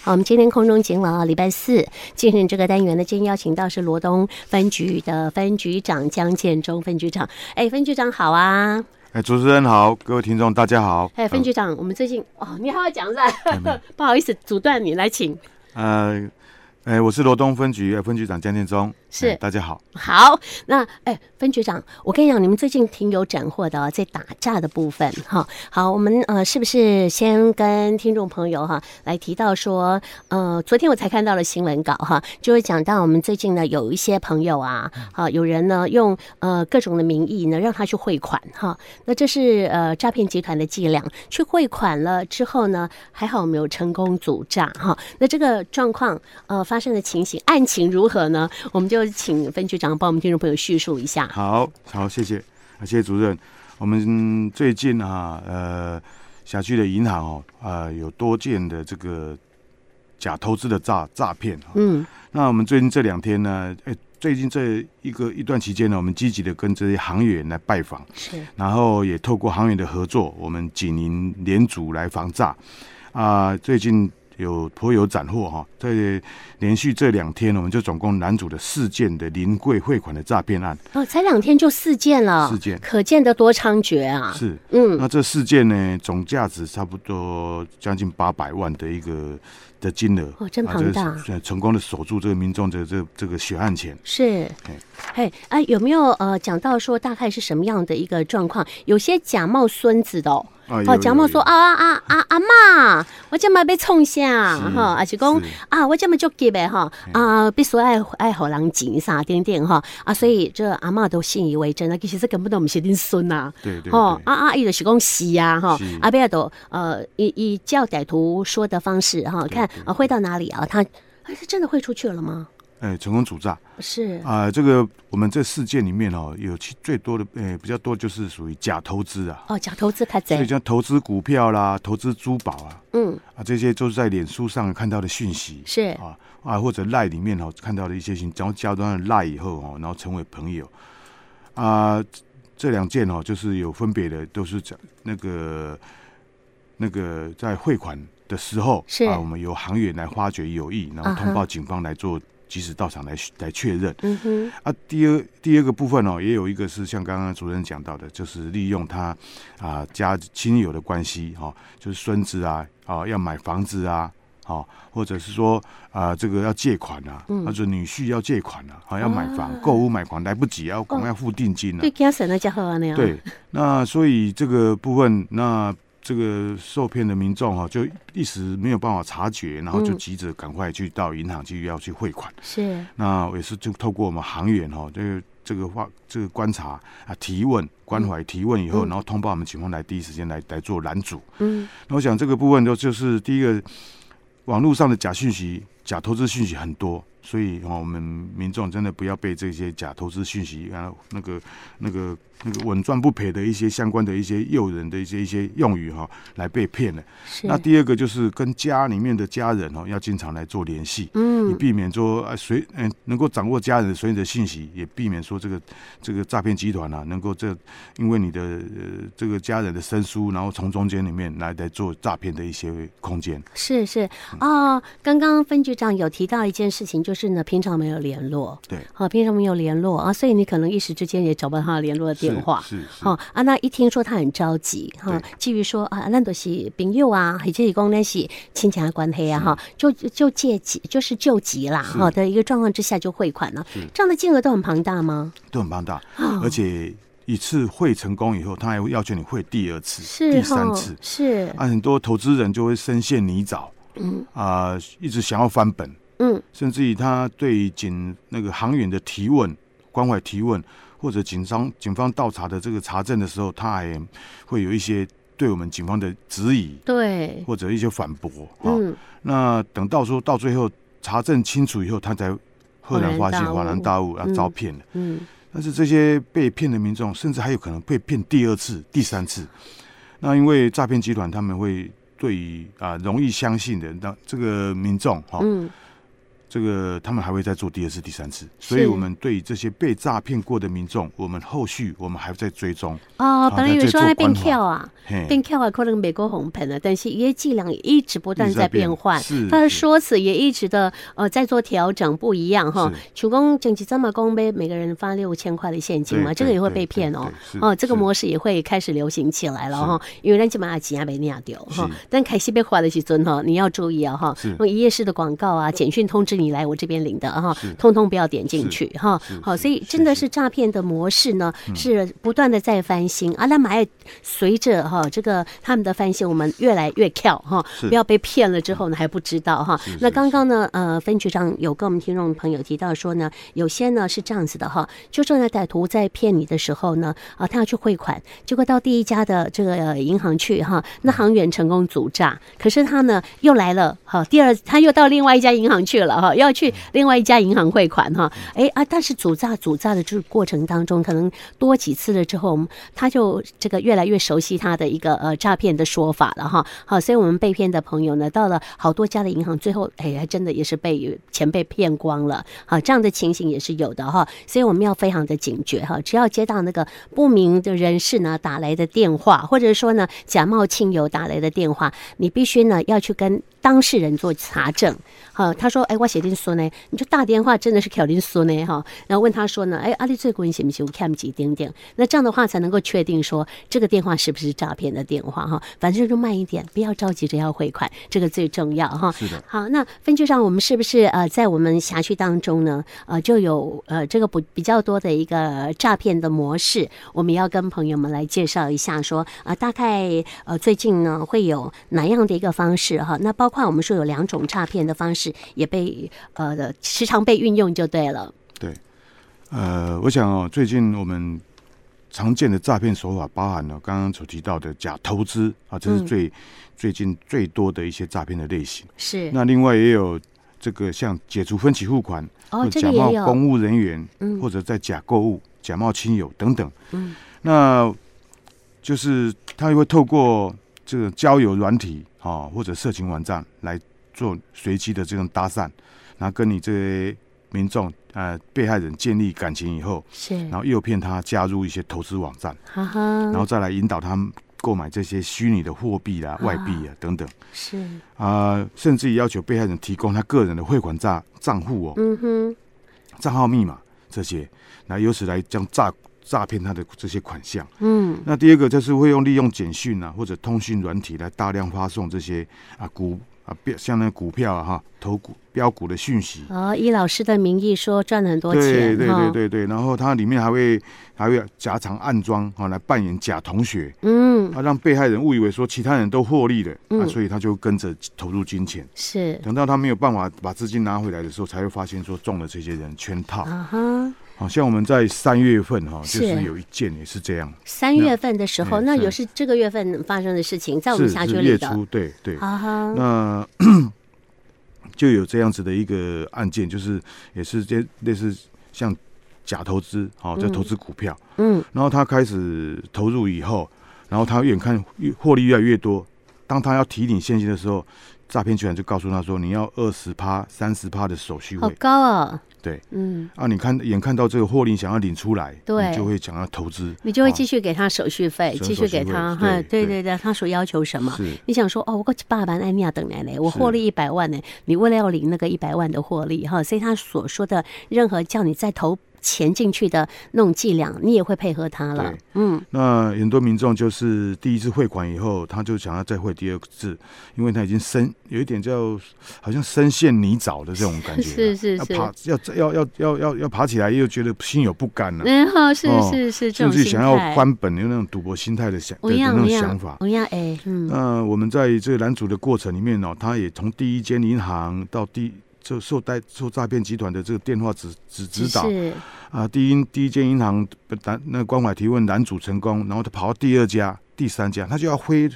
好，我们今天空中警老礼拜四进行这个单元呢，今天邀请到是罗东分局的分局长江建中分局长。哎，分局长好啊！哎，主持人好，各位听众大家好。哎，分局长，我们最近哦，你还要讲是 吧？不好意思，阻断你，来请。呃，哎，我是罗东分局呃分局长江建中，是哎大家好。好，那哎，分局长，我跟你讲，你们最近挺有斩获的、哦，在打诈的部分哈。好，我们呃，是不是先跟听众朋友哈来提到说，呃，昨天我才看到了新闻稿哈，就会讲到我们最近呢有一些朋友啊，嗯啊，有人呢用呃各种的名义呢让他去汇款哈，那这是呃诈骗集团的伎俩，去汇款了之后呢，还好没有成功阻诈哈。那这个状况呃发生的情形，案情如何呢？我们就请分局长帮我们听众朋友叙述一下。好，好，谢谢，啊谢谢主任。我们最近啊，呃，辖区的银行哦，啊、有多件的这个假投资的诈诈骗、哦。嗯那我们最近这两天呢，哎，最近这一个一段期间呢，我们积极的跟这些行员来拜访。是然后也透过行员的合作，我们紧邻联组来防诈。啊、最近有颇有斩获哈，这连续这两天，我们就总共拦阻了四件的临柜汇款的诈骗案。哦，才两天就四件了，四件可见得多猖獗啊！是，嗯，那这四件呢，总价值差不多将近八百万的一个的金额。哦，真啊庞这大。是成功的守住这个民众的这这个血汗钱。是，哎哎，有没有呃讲到说大概是什么样的一个状况？有些假冒孙子的哦，啊哦，假冒说，啊啊啊啊阿妈，我这么被冲下是哈，还是讲是啊，我这么着急的哈啊，必须爱爱好人钱啥点点哈啊，所以这阿嬷都信以为真了，啊其实这根本都不是恁孙呐。有有有对对哦，对，啊啊，伊就是讲是啊，哈是，阿贝尔都呃，以以教歹徒说的方式哈，看啊会到哪里啊？他哎，他真的会出去了吗？哎，成功主诈。是啊、这个我们这四件里面哦，有其最多的，呃，比较多就是属于假投资啊，哦，假投资卡所以贼，像投资股票啦、投资珠宝啊，嗯，啊，这些都是在脸书上看到的讯息是啊啊，或者赖里面哦看到的一些信息，然后加上赖以后哦，然后成为朋友啊，这两件哦，就是有分别的，都是在那个那个在汇款的时候是啊，我们由行员来发掘有意，然啊后哈通报警方来做及时到场来来确认。嗯哼，啊，第二第二个部分哦，也有一个是像刚刚主任讲到的，就是利用他啊家亲友的关系哦，就是孙子啊啊要买房子啊，哦，或者是说啊这个要借款啊，嗯或者女婿要借款啊，啊要买房啊哦购物买房来不及，要赶快付定金啊对，。他省了较好啊那样，对，那所以这个部分，那这个受骗的民众哈、哦，就一时没有办法察觉，然后就嗯急着赶快去到银行去要去汇款。是那也是就透过我们行员哈、这个这个话这个观察啊提问关怀提问以后，嗯然后通报我们警方来第一时间来来做拦阻。嗯那我想这个部分就就是第一个，网络上的假讯息、假投资讯息很多，所以哦，我们民众真的不要被这些假投资讯息啊那个那个那个稳赚不赔的一些相关的一些诱人的一些一些用语哈、来被骗了。是，那第二个就是跟家里面的家人哦要经常来做联系。你嗯避免说啊随嗯、能够掌握家人的所有的信息，也避免说这个这个诈骗集团啊能够这因为你的呃这个家人的生疏，然后从中间里面来来做诈骗的一些空间。是是嗯哦，刚刚分局长有提到一件事情，就是呢平常没有联络，对，好、平常没有联络啊，所以你可能一时之间也找不到他的联络的电话，是是哦啊，那一听说他很着急哈对，基于说啊，咱都是朋友啊，或者是讲咱是亲情的关系啊哈，就就借急就是救急啦是哈的一个状况之下就汇款了，这样的金额都很庞大吗？哦都很庞大，而且一次汇成功以后，他还会要求你汇第二次、是哦第哈三次，，是啊，很多投资人就会深陷泥沼，嗯啊、一直想要翻本，嗯甚至于他对警那个行员的提问、关怀提问，或者警方警方到查的这个查证的时候，他还会有一些对我们警方的质疑对，或者一些反驳啊、哦嗯那等到说到最后查证清楚以后，他才恍赫然然发现、大悟恍然大悟啊，嗯遭骗了。嗯但是这些被骗的民众，甚至还有可能被骗第二次、第三次。那因为诈骗集团他们会对于啊、容易相信的那这个民众哈、哦嗯这个他们还会再做第二次、第三次，所以我们对这些被诈骗过的民众，我们后续我们还在追踪。哦，好本来那有再说啊做嗯它变观察 Q 啊，嘿，变 Q 啊，可能美国红盆了，但是因为剂量也一直不一断直在在变换，是它的是说辞也一直的呃在做调整，不一样哈是。主公整体这么公呗，每个人发六千块的现金对嘛，这对个也会对被对骗哦对。是哦，这个是模式也会开始流行起来了是哈，因为咱起码钱也被领掉哈是，但开始被花的时阵哈，你要注意啊哈是，用一页式的广告啊、简讯通知你来我这边领的啊哈是，通通不要点进是去哈是。好，是所以是真的是嗯是诈骗的模式呢，是不断的在翻新啊，那买随着哈这个他们的翻新，我们越来越跳哈，是不要被骗了之后呢还不知道哈是。那是刚刚呢呃，分局长有跟我们听众朋友提到说呢，有些呢是这样子的哈，就说呢歹徒在骗你的时候呢，啊他要去汇款，结果到第一家的这个呃银行去哈，那嗯行员成功阻诈，可是他呢又来了哈，第二他又到另外一家银行去了哈，要嗯去另外一家银行汇款哈，哎啊，但是阻诈阻诈的这个过程当中，可能多几次了之后，我们他就这个越来越熟悉他的一个呃诈骗的说法了哈。好，所以我们被骗的朋友呢，到了好多家的银行，最后哎，还真的也是被钱被骗光了。好，这样的情形也是有的哈，所以我们要非常的警觉哈。只要接到那个不明的人士呢打来的电话，或者说呢假冒亲友打来的电话，你必须呢要去跟当事人做查证。好，他说哎，我写定孙呢，你就打电话真的是考定孙呢哈。然后问他说呢，哎，阿、啊、丽最近是不是有看几丁丁？那这样的话才能够确定说这个电话是不是诈骗的电话哈。反正就慢一点，不要着急着要汇款，这个最重要哈。是的，好，那分局长，我们是不是呃，在我们辖区当中呢，呃，就有呃这个不比较多的一个诈骗的模式，我们要跟朋友们来介绍一下说，啊，大概呃最近呢会有哪样的一个方式哈？那包括我们说有两种诈骗的方式也被呃时常被运用就对了，对。呃，我想哦，最近我们常见的诈骗手法包含了刚刚所提到的假投资啊，这是嗯最、最近最多的一些诈骗的类型。是那另外也有这个像解除分期付款，哦，啊或这假个冒也有公务人员，嗯或者在假购物、假冒亲友等等。嗯，那就是他会透过这个交友软体啊、或者色情网站来做随机的这种搭讪，然后跟你这些民众呃被害人建立感情以后，是，然后诱骗他加入一些投资网站，哈哈，然后再来引导他购买这些虚拟的货币啊、外币啊等等是，啊、甚至于要求被害人提供他个人的汇款账账户哦。嗯哼，账号密码这些，那由此来将诈诈骗他的这些款项。嗯那第二个就是会用利用简讯啊或者通讯软体来大量发送这些啊股啊标像那个股票啊哈投股标股的讯息。哦，以老师的名义说赚了很多对钱对哈对，对对，然后它里面还会还会夹藏暗装啊来扮演假同学，嗯啊让被害人误以为说其他人都获利了，啊嗯所以他就跟着投入金钱，是等到他没有办法把资金拿回来的时候，才会发现说中了这些人圈套。啊哈。好像我们在三月份哈、是就是有一件也是这样，三月份的时候，嗯那是有是这个月份发生的事情，在我们是辖区是里月的初，对对，啊哈，那 就有这样子的一个案件，就是也是这类似像假投资，好、在嗯投资股票，嗯然后他开始投入以后，然后他眼看越获利越来越多，当他要提领现金的时候，诈骗集团就告诉他说，你要二十趴、三十趴的手续好费，高哦，对，嗯，啊，你看眼看到这个获利想要领出来，对你就会想要投资，你就会啊继续给他手续费，收继续给他，手续费哈，对对对对，他所要求什么？是你想说哦，我过去爸爸安尼亚等来嘞，我是获利一百万呢，你为了要领那个一百万的获利哈，所以他所说的任何叫你再投钱进去的那种伎俩，你也会配合他了对，嗯，那很多民众就是第一次汇款以后，他就想要再汇第二次，因为他已经深有一点叫好像深陷泥沼的这种感觉 啊，是是要是爬要要要要要要爬起来，又觉得心有不甘呢、然后嗯是哦是是这甚种至心想要态，翻本，有那种赌博心态的想的我的要那我种要想法。我要哎，嗯那我们在这个拦阻的过程里面呢、他也从第一间银行到第这受贷受诈骗集团的这个电话指指指导，是啊，第一第一间银行呃男那个关怀提问男主成功，然后他跑到第二家、第三家，他就要汇，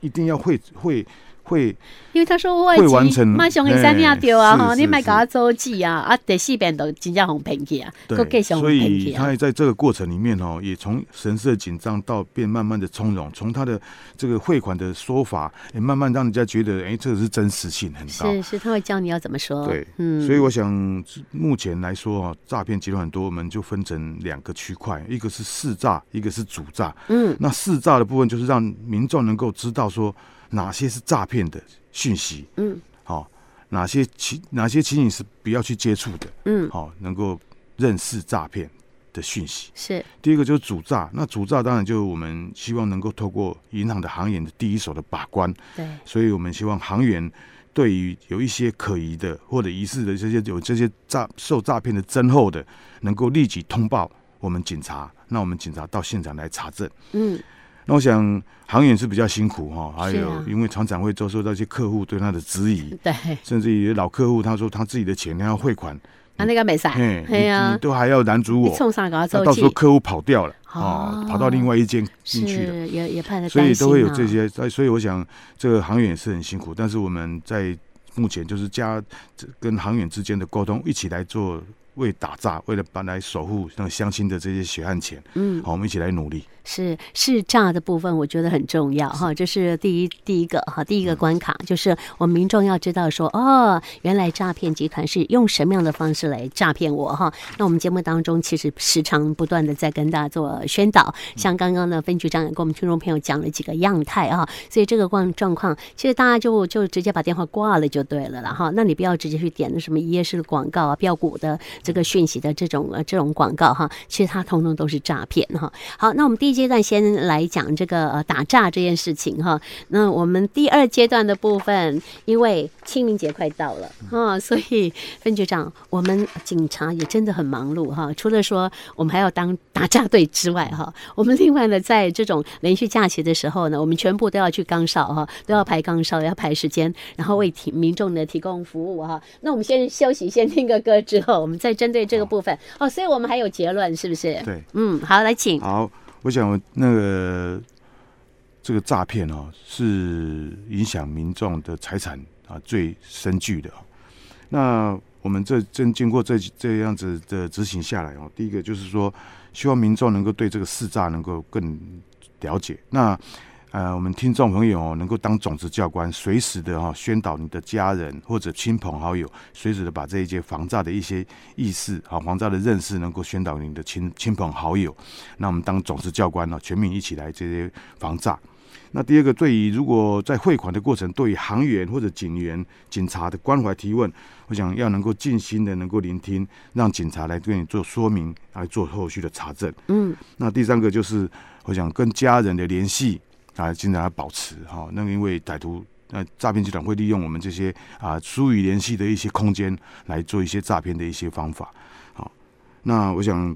一定要汇汇会因为他说我会完成马上去三亚丢啊，哎吼，是你卖是给我周记啊，啊，第四遍都真正红平去啊，对都继续红所平去以啊，他也在这个过程里面哦，也从神色紧张到变慢慢的从容，从他的这个汇款的说法，也慢慢让人家觉得，哎，这个是真实性很高。是是，他会教你要怎么说，对嗯，所以我想，目前来说啊，诈骗集团很多，我们就分成两个区块，一个是市诈，一个是主诈。嗯，那市诈的部分就是让民众能够知道说哪些是诈骗的讯息，嗯，好、哪些情哪些情形是不要去接触的，嗯，好、能够认识诈骗的讯息。是第一个就是主诈，那主诈当然就是我们希望能够透过银行的行员的第一手的把关，对，所以我们希望行员对于有一些可疑的或者疑似的这些有这些诈受诈骗的征候的，能够立即通报我们警察，那我们警察到现场来查证。嗯，那我想行员是比较辛苦哈，还是啊有因为常常会遭受到一些客户对他的质疑，对，甚至于老客户他说他自己的钱他要汇款，啊，那个没晒，嘿，哎你你呀，都还要拦阻你我，冲上给我那周到时记候，客户跑掉了哦哦，跑到另外一间进去了。是也也怕他所担以心都会有啊这，些，所以所以我想这个航远也是很辛苦，但是我们在目前就是加这跟航远之间的沟通，一起来做为打诈，为了把来守护那个乡亲的这些血汗钱，嗯，好，我们一起来努力。是试诈的部分，我觉得很重要哈，这是第一第一个哈，第一个关卡就是我们民众要知道说，哦，原来诈骗集团是用什么样的方式来诈骗我哈。那我们节目当中其实时常不断的在跟大家做宣导，像刚刚呢，分局长也跟我们听众朋友讲了几个样态啊，所以这个状状况，其实大家就就直接把电话挂了就对了了哈。那你不要直接去点那什么一页式的广告啊、标股的这个讯息的这种呃这种广告哈，其实它通通都是诈骗哈。好，那我们第一阶段先来讲这个呃打诈这件事情哈。那我们第二阶段的部分，因为清明节快到了啊，所以分局长，我们警察也真的很忙碌哈。除了说我们还要当打诈队之外哈，我们另外呢，在这种连续假期的时候呢，我们全部都要去岗哨哈，都要排岗哨，要排时间，然后为提民众呢提供服务哈。那我们先休息，先听个歌之后，我们再针对这个部分哦。所以我们还有结论是不是？对，嗯，好，来请。好，我想我那个这个诈骗哦，是影响民众的财产啊最深巨的哦、那我们这正经过这这样子的执行下来哦，第一个就是说，希望民众能够对这个市诈能够更了解。那呃，我们听众朋友哦，能够当种子教官，随时的哈、哦、宣导你的家人或者亲朋好友，随时的把这一些防诈的一些意识啊、防诈的认识，能够宣导你的亲亲朋好友。那我们当总是教官呢、全民一起来这些防诈。那第二个，对于如果在汇款的过程，对于行员或者警员、警察的关怀提问，我想要能够尽心的能够聆听，让警察来对你做说明，来做后续的查证。嗯，那第三个就是，我想跟家人的联系啊，尽量要保持哈、那个因为歹徒。那诈骗集团会利用我们这些啊疏于联系的一些空间来做一些诈骗的一些方法。好，那我想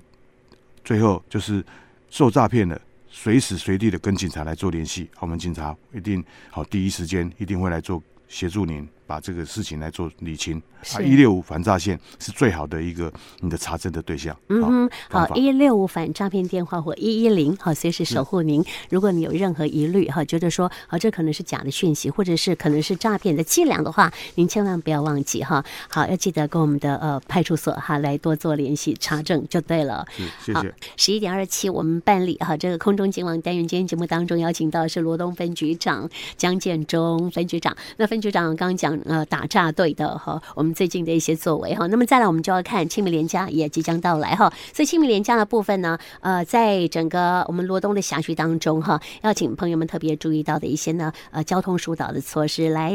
最后就是受诈骗的，随时随地的跟警察来做联系，我们警察一定好第一时间一定会来做协助您把这个事情来做理清。啊，是一六五反诈线是最好的一个你的查证的对象。嗯好哼，方好，法嗯一六五反诈骗电话或一一零，好，随时守护您。如果你有任何疑虑，哈，觉得说，好，这可能是假的讯息，或者是可能是诈骗的伎俩的话，您千万不要忘记哈。好，要记得跟我们的呃派出所哈来多做联系查证就对了。是，谢好谢。十一点二七，我们办理哈这个空中警网单元。今天节目当中邀请到是罗东分局长江建中分局长。那分局长刚讲呃打诈队的哈，我们最近的一些作为哈。那么再来，我们就要看清明连假也即将到来哈。所以清明连假的部分呢，呃，在整个我们罗东的辖区当中哈，要请朋友们特别注意到的一些呢呃交通疏导的措施。来，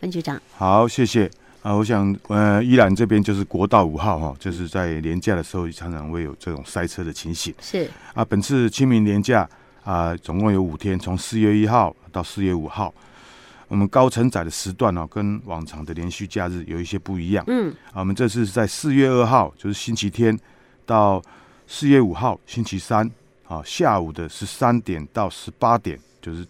分局长，好，谢谢。啊，我想，呃，依兰这边就是国道五号哈，就是在年假的时候常常会有这种塞车的情形。是啊，本次清明年假啊、总共有五天，从四月一号到四月五号。我们高承载的时段呢、跟往常的连续假日有一些不一样。嗯啊，我们这次是在四月二号，就是星期天，到四月五号星期三啊，下午的十三点到十八点，就是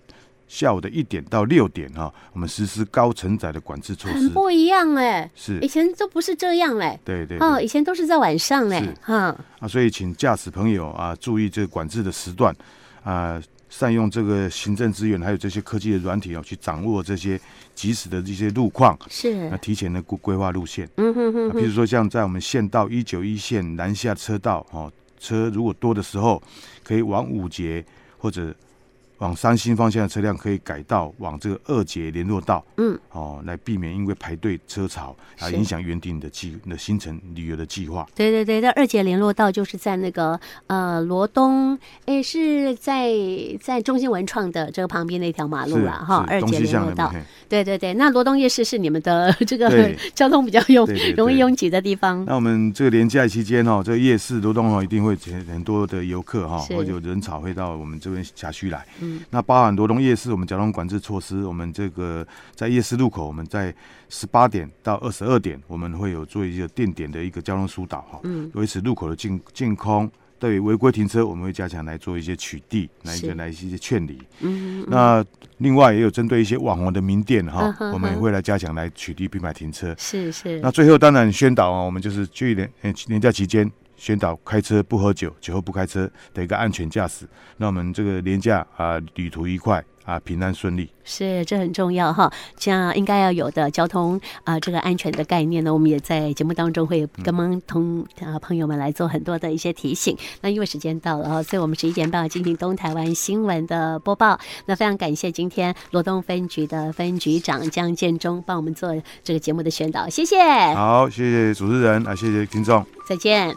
下午的一点到六点啊，我们实施高承载的管制措很施。不一样哎、是以，前都不是这样嘞、对对哦，对以前都是在晚上嘞、是哈、啊，所以请驾驶朋友啊注意这个管制的时段啊。善用这个行政资源，还有这些科技的软体哦，去掌握这些即时的这些路况，是那，提前的规规划路线。嗯哼哼啊，譬如说像在我们县道一九一线南下车道，哦，车如果多的时候，可以往五节或者往三星方向的车辆可以改道往这个二节联络道，嗯，哦，来避免因为排队车潮啊是影响原定的计你的行程旅游的计划。对对对，那二姐联络到就是在那个呃罗东，诶，是在在中心文创的这个旁边那条马路是啦，哈，是二东姐西联向络的到嘛，，嘿对对对，那罗东夜市是你们的 这个对交通比较拥对对对容易拥挤的地方，那我们这个连假期间哦，这个夜市罗东哦，一定会很很多的游客哈、是或者有人潮会到我们这边辖区来。嗯，那包含罗东夜市，我们交通管制措施，我们这个在夜市路口，我们在十八点到二十二点，我们会有做一个定点的一个交通疏导哦哈、嗯，维持路口的净净空。对于违规停车，我们会加强来做一些取缔，来一是个来一些劝离。嗯，那另外也有针对一些网红的名店哈、嗯哼我们也哼会来加强来取缔并排停车。是是那，最后当然宣导啊，我们就是去年呃年假期间宣导开车不喝酒，酒后不开车的一个安全驾驶。那我们这个年假啊、旅途愉快啊、平安顺利。是，这很重要哈，这样应该要有的交通啊、这个安全的概念呢，我们也在节目当中会跟帮同啊、朋友们来做很多的一些提醒。那因为时间到了啊，所以我们十一点半要进行东台湾新闻的播报。那非常感谢今天罗东分局的分局长江建中帮我们做这个节目的宣导，谢谢，好，谢谢主持人啊，谢谢听众。再见。